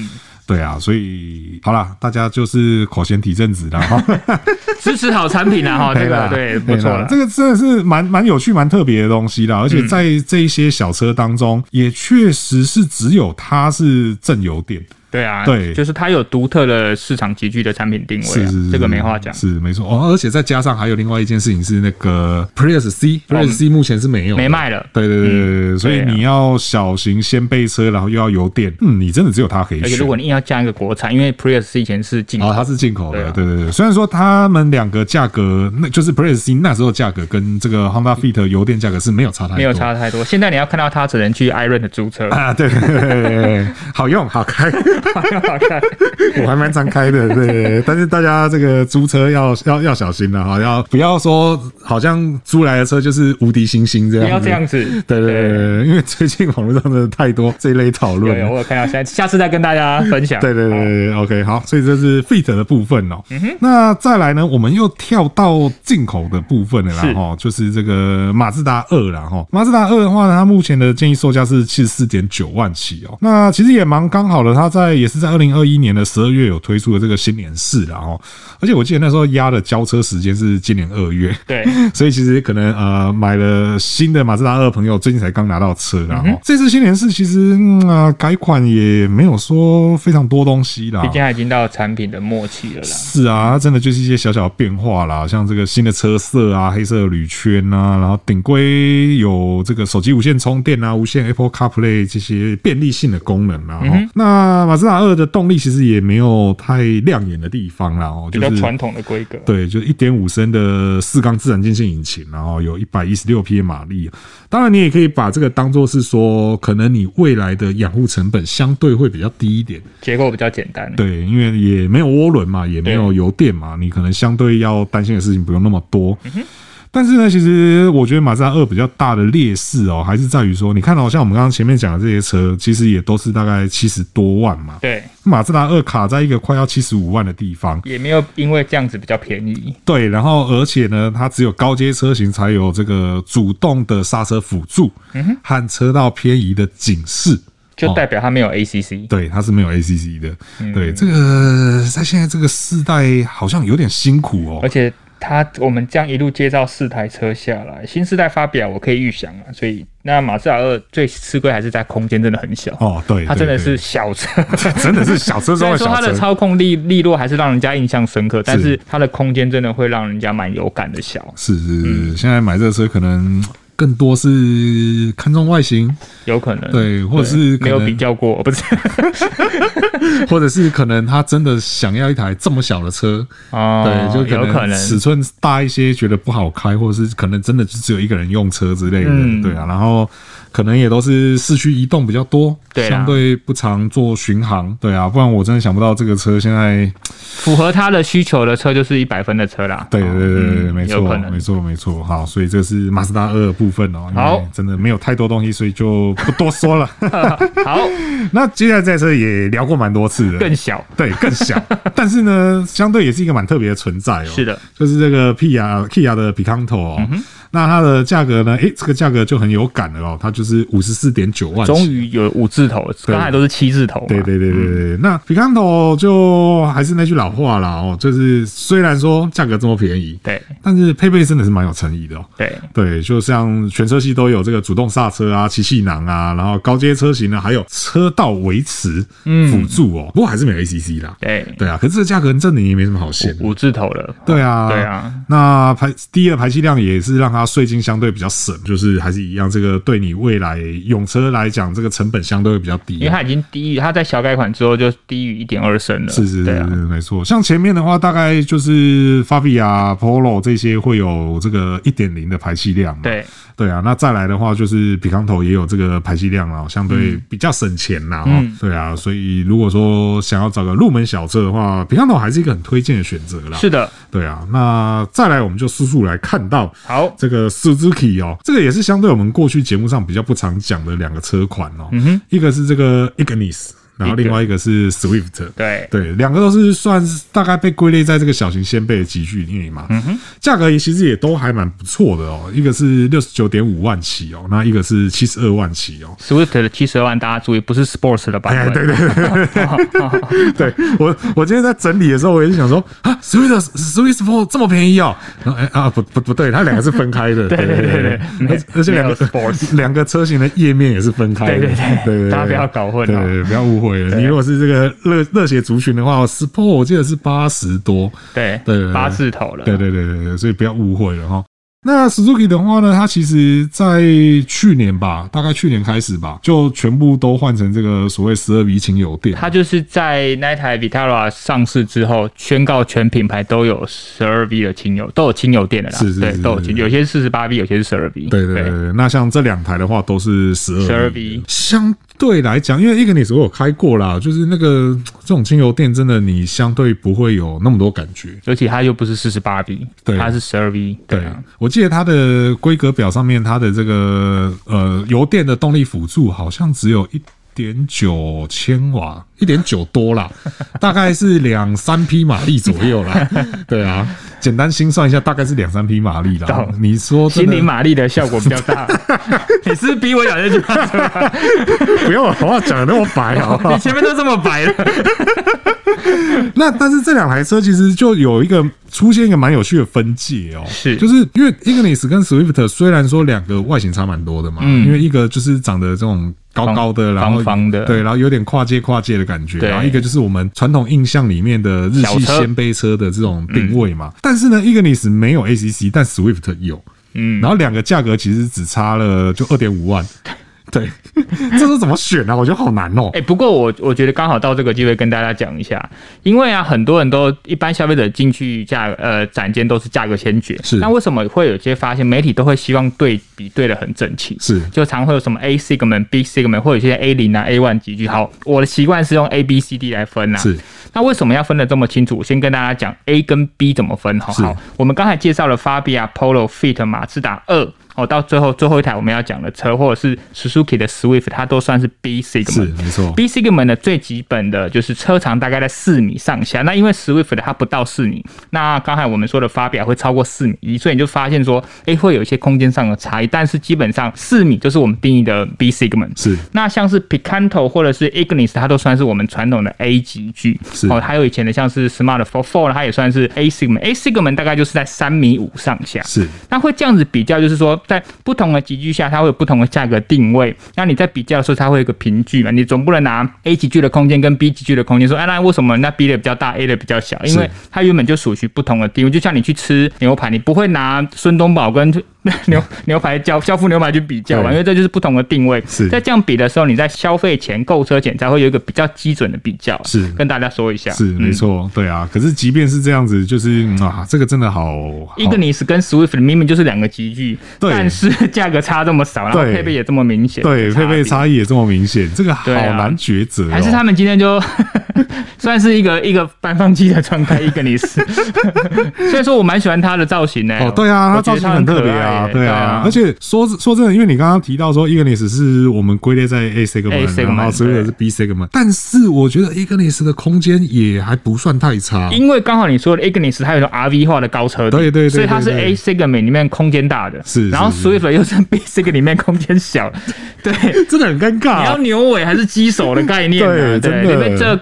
S1: 对啊，所以好啦，大家就是口嫌体正直啦。哈。
S2: 支持好产品 啦哈，这个 对不错
S1: 了
S2: 啦，嗯
S1: 这个真的是蛮蛮有趣、蛮特别的东西啦。而且在这一些小车当中，也确实是只有它是正油电。
S2: 对啊，
S1: 对
S2: 就是它有独特的市场集聚的产品定位
S1: 是
S2: 啊
S1: 是，
S2: 这个没话讲。
S1: 是没错哦。而且再加上还有另外一件事情是那个 Prius C，Prius C 目前是没有的
S2: 嗯没卖了
S1: 对对对对对，所以
S2: 对啊
S1: 你要小型先备车，然后又要油电，嗯，你真的只有它可以
S2: 而且
S1: 选
S2: 如。果你硬要加一个国产，因为 Prius 以前是进口
S1: 哦，它是进口
S2: 对
S1: 的，
S2: 啊
S1: 对对对。虽然说他们两个价格，那就是 Prius C 那时候价格跟这个 Honda Fit 油电价格是没有差太多，
S2: 没有差太多。现在你要看到它，只能去 Iron 的租车。
S1: 啊， 对，对对对对对好用好开，我还蛮常开的，对对对。但是大家这个租车要要要小心了哈，要不要说好像租来的车就是无敌星星这样？
S2: 不要这样。子，
S1: 对对对对，对因为最近网络上真的太多这一类讨
S2: 有
S1: 论
S2: 有，
S1: 了。
S2: 我有看到，下下次再跟大家分 享。
S1: 对对对对对，OK，好，所以这是 Fit 的部分哦。
S2: 嗯
S1: 那再来呢，我们又跳到进口的部分了啦，
S2: 是
S1: 哈，就是这个马自达二啦，哈，马自达二的话呢，它目前的建议售价是七十四点九万起哦。那其实也蛮刚好的，它在也是在二零二一年的十二月有推出的这个新年式啦，哈，而且我记得那时候压的交车时间是今年二月，
S2: 对，
S1: 所以其实可能呃买了新的马自达二的朋友最近才刚拿到车
S2: 嗯
S1: 啦，然后、这次新年式其实嗯啊改款也没有说非常多东西啦
S2: 毕。竟它已经到产品的末期了啦。
S1: 是啊，它真的就是一些小小的变化啦，像这个新的车色啊，黑色的铝圈啊，然后顶规有这个手机无线充电啊，无线 Apple CarPlay 这些便利性的功能啊。
S2: 嗯
S1: 哦那马自达二的动力其实也没有太亮眼的地方啦，哦，
S2: 比
S1: 就
S2: 较
S1: 是
S2: 传统的规格，
S1: 对，就是一点五升的四缸自然进气引擎，然后有一百一十六匹马力。啊当然，你也可以把这个当做是说，可能你未来的养护成本相对会比较低一点。
S2: 结构比较简单。
S1: 对，因为也没有涡轮嘛，也没有
S2: 对
S1: 油电嘛，你可能相对要担心的事情不用那么多。但是呢，其实我觉得马自达二比较大的劣势哦，还是在于说，你看到、哦、像我们刚刚前面讲的这些车，其实也都是大概七十多万嘛。
S2: 对，
S1: 马自达二卡在一个快要七十五万的地方，
S2: 也没有因为这样子比较便宜。
S1: 对，然后而且呢，它只有高阶车型才有这个主动的刹车辅助
S2: 嗯
S1: 和车道偏移的警示。
S2: 就代表它没有 ACC，、
S1: 哦对，它是没有 ACC 的。
S2: 嗯
S1: 对，这个在现在这个世代好像有点辛苦哦
S2: 而。且它我们这样一路介绍四台车下来，新世代发表我可以预想啊，所以那马自达二最吃亏还是在空间真的很小，
S1: 哦，对，
S2: 它真的
S1: 对
S2: 是小 车。
S1: 对真的是小车
S2: 虽
S1: 中的
S2: 然说
S1: 小
S2: 它的
S1: 车。
S2: 操控力利落还是让人家印象深刻，但
S1: 是
S2: 是它的空间真的会让人家蛮有感的小，
S1: 是是
S2: 嗯
S1: 是，现在买这个车可能更多是看重外形，
S2: 有可能
S1: 对或者是可
S2: 没有
S1: 能
S2: 比较过，不是
S1: 或者是可能他真的想要一台这么小的车，
S2: 哦，
S1: 对，就
S2: 有可能
S1: 尺寸大一些，觉得不好开，或者是可能真的就只有一个人用车之类的，
S2: 嗯
S1: 对啊。然后可能也都是市区移动比较多，
S2: 对啊
S1: 相对不常做巡航，对啊。不然我真的想不到这个车现在，
S2: 符合他的需求的车就是一百分的车啦。
S1: 对对对对对，
S2: 嗯
S1: 没
S2: 有可
S1: 错，
S2: 能
S1: 没错，没错。好，所以这是马自达二的部分哦，因为
S2: 好
S1: 真的没有太多东西，所以就不多说 了。
S2: 好，
S1: 那接下来这台车也聊过蛮多次的，
S2: 更小，
S1: 对，更小，但是呢，相对也是一个蛮特别的存在哦。
S2: 是的，
S1: 就是这个 Kia Kia 的 Picanto
S2: 嗯
S1: 哦，那它的价格呢？诶、这个价格就很有感了哦，它就是五十四点九万起。
S2: 终于有五字头，
S1: 嗯对
S2: 刚才都是七字头嘛。
S1: 对对对对对，
S2: 嗯
S1: 那 Picanto 就还是那句老话啦哦，就是虽然说价格这么便宜，
S2: 对
S1: 但是配备真的是蛮有诚意的哦。
S2: 对，
S1: 对，就像全车系都有这个主动刹车啊、七气囊啊，然后高阶车型呢还有车道维持辅助哦，不过还是没有 ACC 啦。
S2: 嗯对，
S1: 对啊，可是这个价格真的也没什么好限的。
S2: 五字头了。
S1: 对啊，
S2: 对啊，
S1: 那排第一的排气量也是让它税金相对比较省，就是还是一样，这个对你未来用车来讲，这个成本相对会比较低啊
S2: 因为。它已经低于它在小改款之后就低于一点二升了，
S1: 是是是，
S2: 对啊，
S1: 没错。像前面的话，大概就是发比亚、Polo 这些会有这个一点零的排气量嘛。
S2: 对，
S1: 对啊，那再来的话就是比康头也有这个排气量啦，相对比较省钱啦。哦
S2: 嗯
S1: 对啊，所以如果说想要找个入门小车的话，比康头还是一个很推荐的选择啦。
S2: 是的，
S1: 对啊，那再来我们就速速来看到
S2: 好，
S1: 这个 Suzuki 哦，这个也是相对我们过去节目上比较不常讲的两个车款哦，嗯、一个是这个 Ignis，然后另外一个是 Swift。
S2: 对，
S1: 对，两个都是算是大概被归类在这个小型掀背的集聚里面嘛。嗯哼，价格也其实也都还蛮不错的哦，一个是六十九点五万起哦，那一个是七十二万起哦。
S2: Swift 的七十二万，大家注意，不是 Sports 的版
S1: 哎，
S2: 本。
S1: 对对对， 对我我今天在整理的时候，我也是想说啊，Swift Swift Four 这么便宜哦，然后哎啊不不不对，它两个是分开 的，对
S2: 对对对对
S1: 而且而且
S2: 没
S1: 两
S2: 有
S1: 个
S2: sports
S1: 两个车型的页面也是分开的，
S2: 对对对
S1: 对对，
S2: 大家不要搞混哦
S1: 对对对不要误会了。你如果是这个热热血族群的话，Sport 哦我记得是八十多，
S2: 对
S1: 对对对
S2: 八字头了。
S1: 对对对对对，所以不要误会了哈。那 Suzuki 的话呢，它其实在去年吧，大概去年开始吧，就全部都换成这个所谓十二比一轻油电。
S2: 它就是在那台 Vitara 上市之后，宣告全品牌都有十二 V 的轻油，都有轻油电的啦，
S1: 是是是
S2: 对，
S1: 是
S2: 都有轻，有些四十八 V，有些是十二 V，
S1: 对对对对，那像这两台的话都是十二
S2: 12V
S1: 相对来讲，因为一个你所有开过啦，就是那个这种轻油电，真的你相对不会有那么多感觉。
S2: 尤其它又不是四十八 V，
S1: 对
S2: 它是十二 V，对啊，
S1: 我记得它的规格表上面，它的这个呃油电的动力辅助好像只有一点九千瓦，一点九多 啦，大概是两三匹马力左右啦。对啊，简单心算一下，大概是两三匹马力啦
S2: 懂。
S1: 你说真
S2: 心
S1: 的
S2: 灵马力的效果比较 大。你是不是逼我讲这句话出来？
S1: 不要把话讲的那么白哦好不好
S2: 你前面都这么白了，
S1: 那但是这两台车其实就有一个出现一个蛮有趣的分界哦，
S2: 是
S1: 就是因为 Ignis 跟 Swift 虽然说两个外形差蛮多的嘛，
S2: 嗯
S1: 因为一个就是长得这种高高的，
S2: 方
S1: 然后
S2: 方方的
S1: 对，然后有点跨界跨界的感觉，
S2: 对
S1: 然后一个就是我们传统印象里面的日
S2: 小
S1: 系
S2: 车嗯
S1: 掀背车的这种定位嘛，但是呢，Ignis 没有 ACC，但 Swift 有，
S2: 嗯
S1: 然后两个价格其实只差了就二点五万。对， 这是怎么选啊？我觉得好难哦、
S2: 哎、不过我我觉得刚好到这个机会跟大家讲一下，因为啊，很多人都一般消费者进去价呃展间都是价格先决，
S1: 是
S2: 那为什么会有些发现媒体都会希望对比对的很整齐？
S1: 是
S2: 就常会有什么 A segment、B segment，或者一些 A 零啊、A one 几句。好，我的习惯是用 A、B、C、D 来分啊。
S1: 是，
S2: 那为什么要分得这么清楚？我先跟大家讲 A 跟 B 怎么分哈。
S1: 是
S2: 好，我们刚才介绍了 Fabia、Polo、Fit、马自达二。哦，到最后最后一台我们要讲的车，或者是 Suzuki 的 Swift，它都算是 B segment。
S1: 是没错，
S2: B segment 的最基本的就是车长大概在四米上下，那因为 Swift 它不到四米，那刚才我们说的发表会超过四米一，所以你就发现说，诶、会有一些空间上的差异，但是基本上四米就是我们定义的 B segment。
S1: 是
S2: 那像是 Picanto 或者是 Ignis，它都算是我们传统的 A 级距
S1: 是
S2: 哦，还有以前的像是 Smart Four Four，它也算是 A segment。A segment 大概就是在三米五上下，
S1: 是
S2: 那会这样子比较，就是说在不同的集聚下，它会有不同的价格定位。那你在比较的时候，它会有一个凭据嘛？你总不能拿 A 集聚的空间跟 B 集聚的空间说，哎，那为什么那 B 的比较大，A 的比较小？因为它原本就属于不同的定位。就像你去吃牛排，你不会拿孙东宝跟 牛牛排交交付牛排去比较嘛？
S1: 对
S2: 因为这就是不同的定位。
S1: 是
S2: 在这样比的时候，你在消费前、购车前才会有一个比较基准的比较。
S1: 是
S2: 跟大家说一下。
S1: 是没错，对啊。可是即便是这样子，就是嗯啊，这个真的好，
S2: 伊格
S1: 好
S2: 尼斯跟 Swift 明明就是两个集聚，
S1: 对
S2: 但是价格差这么少，然后
S1: 对
S2: 配备也这么明显，
S1: 对配备
S2: 别。
S1: 差异也这么明显，这个好
S2: 对啊
S1: 难抉择、哦
S2: 还是他们今天就 算是一个一个搬放机的状态，伊格尼 斯。所以说我蛮喜欢它的造型呢、
S1: 哦，对啊，它
S2: 我觉
S1: 造
S2: 得
S1: 型
S2: 它
S1: 很
S2: 可
S1: 特别
S2: 爱
S1: 啊，
S2: 耶
S1: 对啊。而且说说真的，因为你刚刚提到说 Ignis 是我们归类在 A
S2: A
S1: segment，
S2: segment，
S1: 然后 s w i
S2: 对
S1: f 是 B segment，但是我觉得 Ignis 的空间也还不算太差。
S2: 因为刚好你说的 Ignis 它有一种 RV 化的高车底，
S1: 对对对
S2: 所以它是
S1: 对对
S2: A segment 里面空间大的，
S1: 是是
S2: 然后
S1: 是
S2: Swift 又是 B segment 里面空间小， 对，你
S1: 真的很尴
S2: 要
S1: 尬，
S2: 牛尾还是鸡手的概念、啊，
S1: 啊对
S2: 对，
S1: 真的
S2: 你被这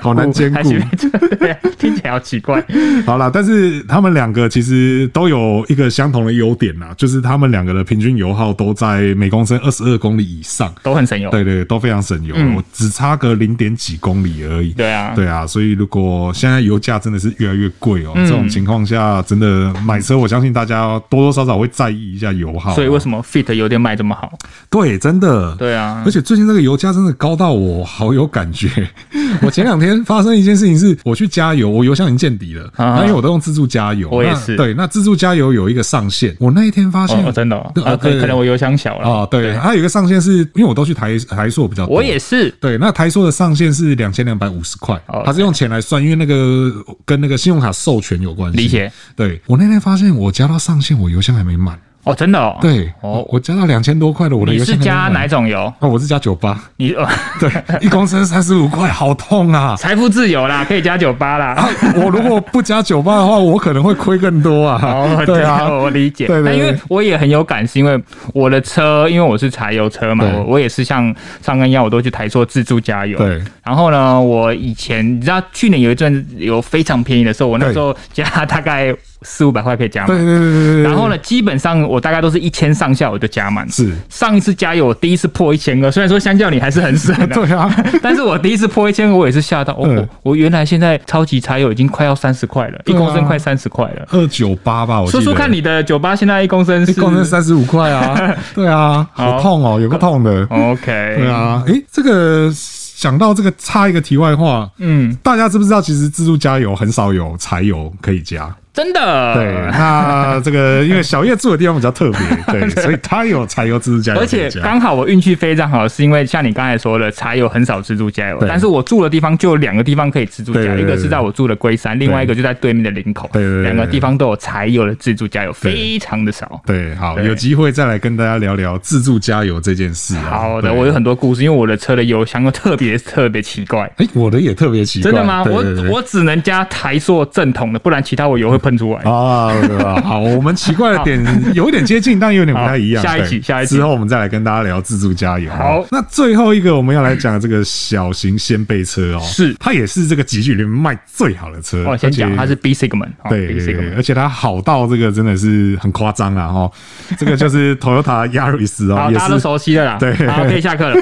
S1: 好难兼
S2: 还
S1: 顾
S2: 是。被这对啊，听起来好奇怪。
S1: 好啦，但是他们两个其实都有一个相同的优点啦，就是他们两个的平均油耗都在每公升二十二公里以上。
S2: 都很省油。
S1: 对对，对都非常省油，
S2: 嗯
S1: 我只差个零点几公里而已。
S2: 对啊
S1: 对啊，所以如果现在油价真的是越来越贵哦，
S2: 嗯
S1: 这种情况下，真的买车，我相信大家多多少少会在意一下油耗啊。
S2: 所以为什么 Fit 有点卖这么好？
S1: 对，真的，
S2: 对啊
S1: 而且最近这个油价真的高到我好有感觉。 我前两天发生一件事情是，我去加油，我油箱已经见底了，
S2: 啊
S1: 那因为我都用自助加油。
S2: 我也
S1: 那
S2: 是
S1: 对，那自助加油有一个上限，我那一天发现
S2: 哦，真的哦
S1: 对
S2: 啊，可
S1: 对
S2: 可能我油箱小了
S1: 啊，对，它有一个上限是，因为我都去台台塑比较多，
S2: 我也是。
S1: 对，那台塑的上限是两千两百五十块
S2: 哦，
S1: 它是用钱来算，因为那个跟那个信用卡授权有关系。
S2: 理解。
S1: 对我那天发现，我加到上限，我油箱还没满。
S2: 哦，真的哦。
S1: 对，
S2: 哦
S1: 我，我加到两千多块了，我的油
S2: 你
S1: 箱还
S2: 是
S1: 没
S2: 加
S1: 满
S2: 哪？种油？
S1: 哦，我是加九八，
S2: 你哦，
S1: 对，一公升三十五块，好痛啊！
S2: 财富自由啦，可以加九八啦。
S1: 我如果不加九八的话，我可能会亏更多
S2: 哦
S1: 啊。，
S2: 这
S1: 对
S2: 样
S1: 啊，
S2: 我理解。
S1: 对对
S2: 那因为
S1: 对
S2: 我也很有感，是因为我的车，因为我是柴油车嘛，
S1: 对
S2: 我我也是像上根一样，我都去台塑自助加油。
S1: 对。
S2: 然后呢，我以前你知道，去年有一阵子有非常便宜的时候，我那时候加大概四五百块可以加
S1: 对
S2: 满。
S1: 对对对对。对
S2: 然后？呢，基本上我大概都是一千上下我就加满。
S1: 是，
S2: 上一次加油，我第一次破一千个，虽然说相较你还是 很省的，
S1: 对啊，
S2: 但是我第一次破一千个，我也是吓到，哦，
S1: 嗯
S2: 我我原来现在超级柴油已经快要三十块了，一
S1: 对啊
S2: 公升快三十块了。
S1: 二九八吧，我
S2: 说
S1: 记
S2: 说
S1: 得
S2: 看，你的酒吧现在一公升是
S1: 一公升三十五块 啊。对啊，
S2: 好
S1: 好痛哦，有个痛的。
S2: ，OK，
S1: 对，啊，诶、这个想到这个插一个题外话，
S2: 嗯，
S1: 大家知不知道其实自助加油很少有柴油可以加？
S2: 真的，
S1: 对，那这个 因为小叶住的地方比较特别，对，所以他有柴油自助加油可
S2: 而
S1: 以加，
S2: 且刚好我运气非常好，是因为像你刚才说的，柴油很少自助加油，
S1: 对
S2: 但是我住的地方就有两个地方可以自助加油，
S1: 对对
S2: 一
S1: 对
S2: 个是在我住的龟山，另外一个就在对面的林口，
S1: 对对对对
S2: 两个地方都有柴油的自助加油，
S1: 对
S2: 非常的少。
S1: 对，好，
S2: 对
S1: 有机会再来跟大家聊聊自助加油这件事、啊。
S2: 好的，
S1: 对
S2: 我有。很多故事，因为我的车的油箱又特别特别奇怪。
S1: 哎、我的也特别奇怪，
S2: 真的吗？
S1: 对对对
S2: 我我只能加台塑正统的，不然其他我油会喷出来。
S1: 啊，对 吧？好，我们奇怪的点有一点接近，但又有点不太一样。
S2: 好下一集
S1: 对
S2: 下一集
S1: 之后我们再来跟大家聊自助加油。
S2: 好
S1: 那最后一个我们要来讲的这个小型掀背车哦，
S2: 是
S1: 它也是这个集聚里面卖最好的车。
S2: 我先
S1: 而
S2: 讲，
S1: 且
S2: 它是 B segment，哦
S1: 对
S2: B
S1: 对对，
S2: segment。
S1: 而且它好到这个真的是很夸张啊！哈，这个就是 Toyota Yaris 哦，
S2: 好，
S1: 也
S2: 大家都
S1: 是
S2: 熟悉了啦。
S1: 对
S2: 好，可以下 课了。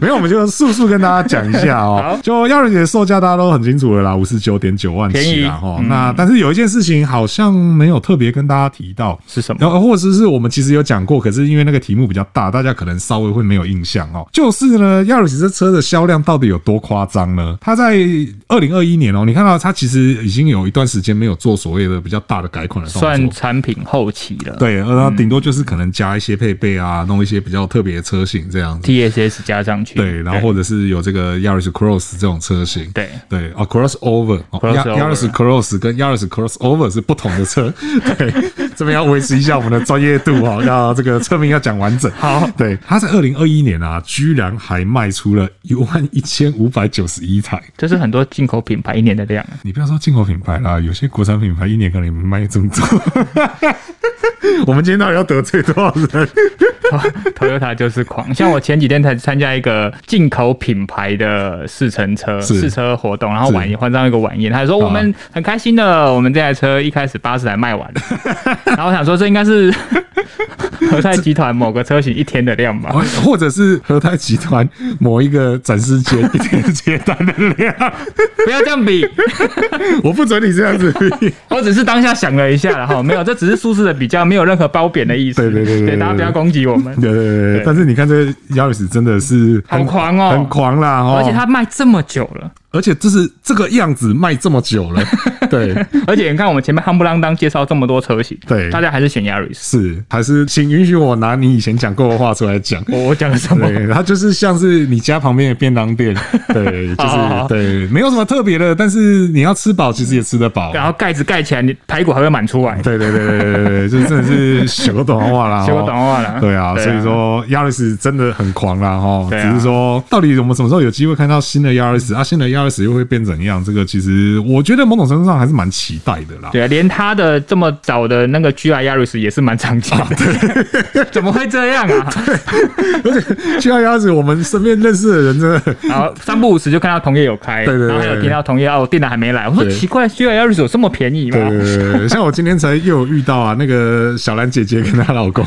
S1: 没有，我们就速速跟大家讲一下哦
S2: 好。
S1: 就 Yaris 的售价大家都很清楚了啦，五十九点九万起啦
S2: 便宜嗯
S1: 哈。哦。那但是有一件事情好像没有特别跟大家提到，
S2: 是什么？
S1: 然后或者是我们其实有讲过，可是因为那个题目比较大，大家可能稍微会没有印象哦。就是呢，亚鲁奇这车的销量到底有多夸张呢？它在二零二一年哦，你看到它其实已经有一段时间没有做所谓的比较大的改款的动作，
S2: 算产品后期了。
S1: 对，呃，顶多就是可能加一些配备啊，弄一些比较特别的车型这样子。
S2: ，TSS 加上去。
S1: 对，然后或者是有这个 Yaris Cross 这种车型，
S2: 对
S1: 对哦，Crossover，Yaris、哦
S2: Crossover
S1: Yaris Cross 跟 Yaris Crossover 是不同的车， 对，这边要维持一下我们的专业度哈，要这个车名要讲完整。
S2: 好
S1: 对，它在二零二一年啊，居然还卖出了一万一千五百九十一台。
S2: 这是很多进口品牌一年的量。啊
S1: 你不要说进口品牌啦，有些国产品牌一年可能也没卖这么多。 我们今天到底要得罪多少人？
S2: Toyota 就是狂。像我前几天才参加一个进口品牌的试乘车
S1: 是
S2: 试车活动，然后
S1: 是啊
S2: 晚宴换上一个晚宴，他说我们很开心的，我们这台车一开始八十台 卖完了，然后我想说这应该是 和泰集团某个车型一天的量吧。
S1: 或哦或者是和泰集团某一个展示间一天接单的量，
S2: 不要这样比，
S1: 我不准你这样 子比。
S2: 我只是当下想了一下，然后没有，这只是舒适的比较，没有任何褒贬的意思。
S1: 对对对对对
S2: 大家不要攻击我们。
S1: 对对对对
S2: 对，
S1: 但是你看这个 Yaris 真的是很
S2: 好狂哦
S1: 很狂啦哦！
S2: 而且它卖这么久了，
S1: 而且这是这个样子卖这么久 了，对，
S2: 而且你看我们前面夯不啷当介绍这么多车型，
S1: 对
S2: 大家还是选 Yaris。
S1: 是还是请允许我拿你以前讲过的话出来讲。
S2: 我我讲了什么？
S1: 对，它就是像是你家旁边的便当店， 对，就
S2: 好好
S1: 是
S2: 好
S1: 对，没有什么特别的，但是你要吃饱，其实也吃得饱。
S2: 然后盖子盖起来，你排骨还会满出来。
S1: 对对对对对对，就是真的是学过短话啦，哦
S2: 学过短话啦
S1: 对啊，
S2: 对啊
S1: 所以说 Yaris 真的很狂啦哈，
S2: 对啊
S1: 只是说到底我们什么时候有机会看到新的 Yaris 啊？新的 Yaris 又会变怎样？这个其实我觉得某种程度上还是蛮期待的啦。
S2: 对啊，连他的这么早的那个 GR Yaris 也是蛮常见
S1: 啊
S2: 的， 怎么会这样 啊？
S1: 去到 Yaris，我们身边认识的人真 的
S2: 然后三不五时就看到同业有开，
S1: 对对对
S2: 然后还有听到同业哦，店长还没来，我说
S1: 对
S2: 奇怪，GR Yaris 有这么便宜
S1: 对
S2: 吗？
S1: 对对对，像我今天才又有遇到啊，那个小兰姐姐跟她老 公，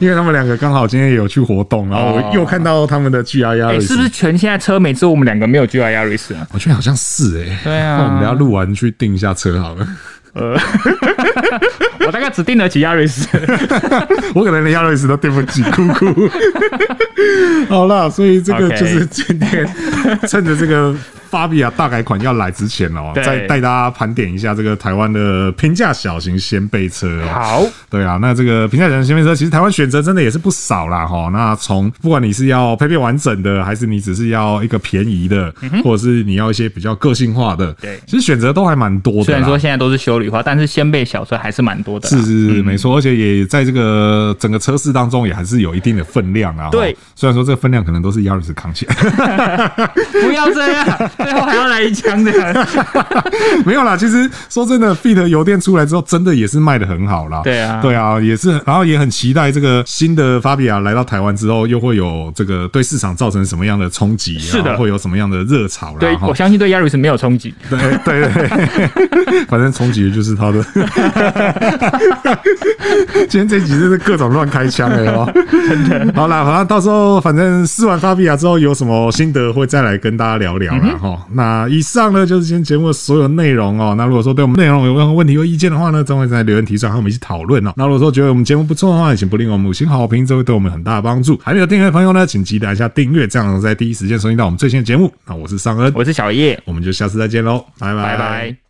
S1: 因为他们两个刚好今天也有去活动，然后我又看到他们的 G R
S2: 哦哎，
S1: Yaris，
S2: 是不是全现在车没只有我们两个没有 GR Yaris 啊？
S1: 我觉得好像是哎、
S2: 对啊
S1: 那我们等一下录完去订一下车好了。
S2: 我大概只订得起 Yaris，
S1: 我可能连亚瑞斯都对不起，哭 哭。好啦，所以这个
S2: OK
S1: 就是今天趁着这个巴比亚大改款要来之前哦，
S2: 对
S1: 再带大家盘点一下这个台湾的平价小型掀背车哦。
S2: 好，
S1: 对啊，那这个平价小型掀背车，其实台湾选择真的也是不少啦哈。那从不管你是要配备完整的，还是你只是要一个便宜的，或者是你要一些比较个性化的，
S2: 嗯对
S1: 其实选择都还蛮多的啦。
S2: 虽然说现在都是修理化，但是先辈小车还是蛮多的啦。
S1: 是是是，没错，而且也在这个整个车市当中，也还是有一定的分量啊。
S2: 对
S1: 齁，虽然说这个分量可能都是 Yaris 扛起来，
S2: 不要这样，最后还要来一枪这样。
S1: 没有啦。其实说真的，Fit 油电出来之后，真的也是卖的很好啦。
S2: 对啊
S1: 对啊，也是，然后也很期待这个新的法比亚来到台湾之后，又会有这个对市场造成什么样的冲击啊，
S2: 是的
S1: 会有什么样的热潮啦。
S2: 对，
S1: 齁
S2: 我相信对 Yaris 没有冲击。
S1: 对对对，反正重启的就是 他的。今天这集真是各种乱开枪了哦，真的。好啦，好啦，到时候反正试完发比啊亚之后有什么心得，会再来跟大家聊聊啦。哈、那以上呢就是今天节目的所有内容哦。那如果说对我们内容有任何问题或意见的话呢，都会在留言提出来和我们一起讨论哦。那如果说觉得我们节目不错的话，也请不吝我们五星好评，这会对我们很大的帮助。还没有订阅的朋友呢，请记得一下订阅，这样在第一时间收听到我们最新的节目。那我是尚恩，
S2: 我是小叶，
S1: 我们就下次再见喽，拜
S2: 拜拜。